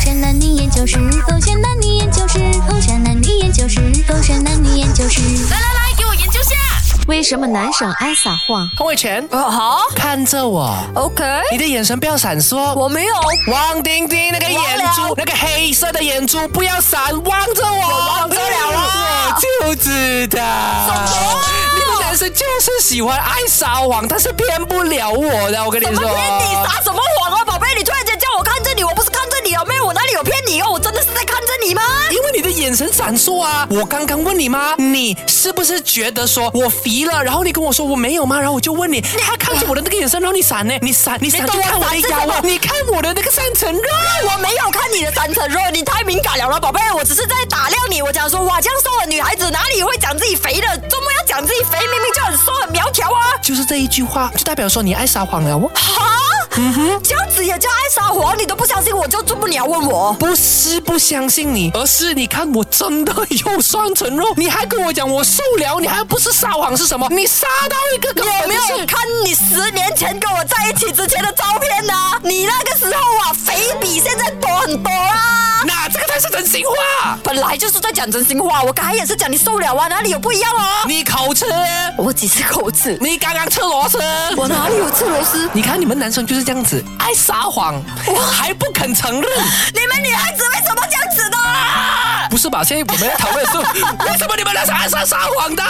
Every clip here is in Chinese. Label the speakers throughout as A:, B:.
A: 山男女研究室，风扇男女研究室，风扇男女研究室，风扇男女研究室。
B: 来来来，给我研究下。
C: 为什么男生爱撒谎？
D: 洪伟全，
B: 哦，好
D: 看着我，
B: ，OK，
D: 你的眼神不要闪烁。
B: 我没有，我
D: 汪丁丁那个眼
B: 忘
D: 珠
B: 了，
D: 那个黑色的眼珠不要闪，望着我，哎
B: 忘不了了
D: 我就知道。
B: 么
D: 你们男生就是喜欢爱撒谎，但是骗不了我的，我跟你
B: 怎
D: 说。
B: 么骗你撒什么谎啊，宝贝？你突然间叫我看着你，我不是看着你啊，妹，我哪里有骗你哦？我真的是在看着你吗？
D: 因为你的眼神闪烁啊！我刚刚问你吗？你是不是觉得说我肥了？然后你跟我说我没有吗？然后我就问你，你还看着我的那个眼神，然后你闪呢？你闪，你闪，
B: 懂
D: 就
B: 我
D: 看我的
B: 闪是
D: 腰
B: 什么
D: 啊！你看我的那个三层肉。啊
B: 我没有看你的三层肉，你太敏感了了，宝贝，我只是在打量你。我讲说，哇，这样瘦的女孩子哪里会讲自己肥的？周末要讲自己肥，明明就很瘦很苗条啊！
D: 就是这一句话，就代表说你爱撒谎了哦。
B: 哈，这样子也叫爱撒谎？你都不相信我，就这么你要问我？
D: 不是不相信你，而是你看我真的有双层肉，你还跟我讲我瘦了，你还不是撒谎是什么？你撒到一个根
B: 有
D: 本
B: 没
D: 就是
B: 有看你十年前跟我在一起之前的照片呢、你那个时候啊，肥比现在多很多啊！
D: 那这个才是真心话，
B: 本来就是在讲真心话，我刚才也是讲你瘦了啊，哪里有不一样哦？
D: 你口吃，
B: 我几次口齿，
D: 你刚刚吃螺丝，
B: 我哪里有吃螺丝？
D: 你看你们男生就是这样子，爱撒谎，还不肯承 认，
B: 你们女孩子为什么这样子的？
D: 不是吧？现在我们在 讨论是为什么你们男生爱撒撒谎的？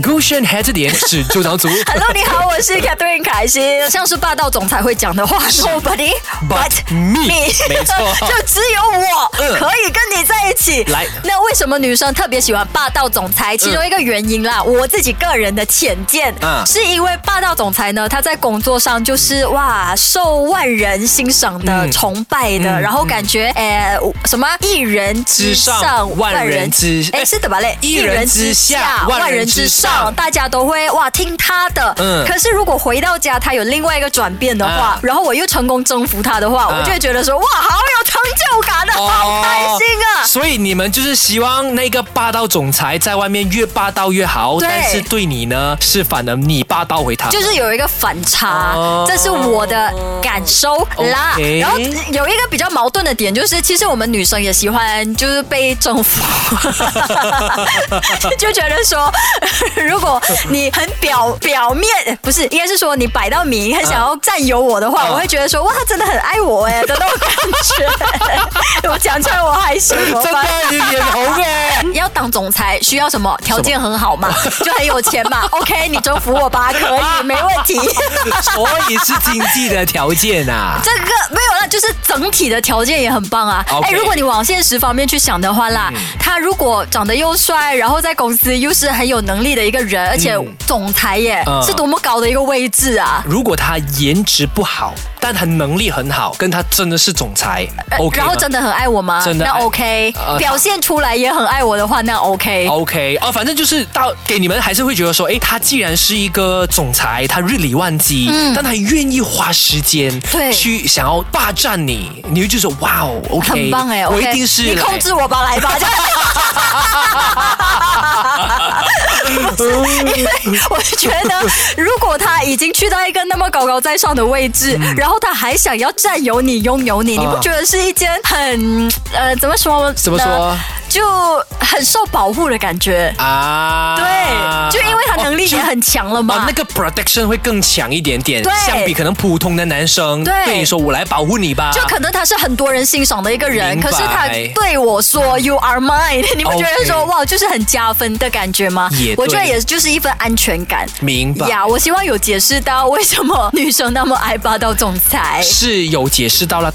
D: Gushen Head 这点是周 长组
B: Hello，你好，我是 Catherine 凯欣。像是霸道总裁会讲的话，Nobody but
D: me，
B: me，
D: 没错
B: 就只有我
D: 嗯
B: 可以跟你在一起。
D: 来
B: 那为什么女生特别喜欢霸道总裁？其中一个原因啦，我自己个人的浅见
D: 嗯，
B: 是因为霸道总裁呢，他在工作上就是哇，受万人欣赏的、
D: 嗯
B: 崇拜的，
D: 嗯
B: 然后感觉诶什么一人之
D: 之上
B: 上，
D: 万人之
B: 哎是的吧嘞？
D: 一人之下万人之上
B: 大家都会哇听他的。
D: 嗯
B: 可是如果回到家，他有另外一个转变的话，
D: 啊
B: 然后我又成功征服他的话，我就会觉得说哇，好有成就感
D: 哦
B: 啊，好开心啊！
D: 所以你们就是希望那个霸道总裁在外面越霸道越好，
B: 对
D: 但是对你呢，是反而你霸道回他。
B: 就是有一个反差，
D: 哦
B: 这是我的感受啦。
D: OK
B: 然后有一个比较矛盾的点就是，其实我们女生也喜欢就是被征服， 就觉得说， 如果你很表表面不是，应该是说你摆到明，很想要占有我的话，
D: 嗯
B: 我会觉得说哇，他真的很爱我哎的那种感觉。 我讲出来我害羞，怎么
D: 真
B: 办
D: 的你脸红哎。
B: 要当总裁需要什么？条件很好嘛，就很有钱嘛。OK，你征服我吧，可以，没问题。
D: 所以是经济的条件啊。
B: 这个没有啦，就是整体的条件也很棒啊。
D: OK 嗯
B: 如果你往现实方面去想的话啦，他如果长得又帅，然后在公司又是很有能力的一个人，而且总裁耶，
D: 嗯
B: 是多么高的一个位置啊！
D: 如果他颜值不好，但他能力很好，跟他真的是总裁
B: 呃
D: ，OK
B: 然后
D: 吗
B: 真的很爱我吗？
D: 真的
B: 那
D: 爱
B: OK，、
D: 呃
B: 表现出来也很爱我的话，那 OK。
D: OK 哦，反正就是到给你们还是会觉得说，诶，他既然是一个总裁，他日理万机，但他愿意花时间
B: 嗯对
D: 去想要霸占你，你会就说哇哦，OK，
B: 很棒哎、
D: 我
B: o
D: 一
B: k
D: 定是
B: 你
D: 来
B: 控制我吧，来吧，这样因为 我觉 得，如果他已经去到一个那么高高在上的位置，然后他还想要占有你、拥有你，
D: 嗯啊
B: 你不觉得是一件很呃怎么说？呃
D: 怎么说？
B: 就很受保护的感觉。
D: 啊，
B: 对，就因为他能力
D: 哦就
B: 也很强了
D: 啊
B: 嘛，
D: 那。个 protection 会更强一点点，
B: 对
D: 相比可能普通的男生
B: 对
D: 对你说我来保护你吧，
B: 就可能他是很多人欣赏的一个人，
D: 啊明白
B: 可是他对我说 “You are mine”，你 不觉得说
D: OK
B: 哇，就是很加分的感觉吗
D: 也对？
B: 我觉得也就是一份安全感。
D: 明白。
B: 呀我希望有解释到为什么女生那么爱霸道总裁。
D: 是有解释到了，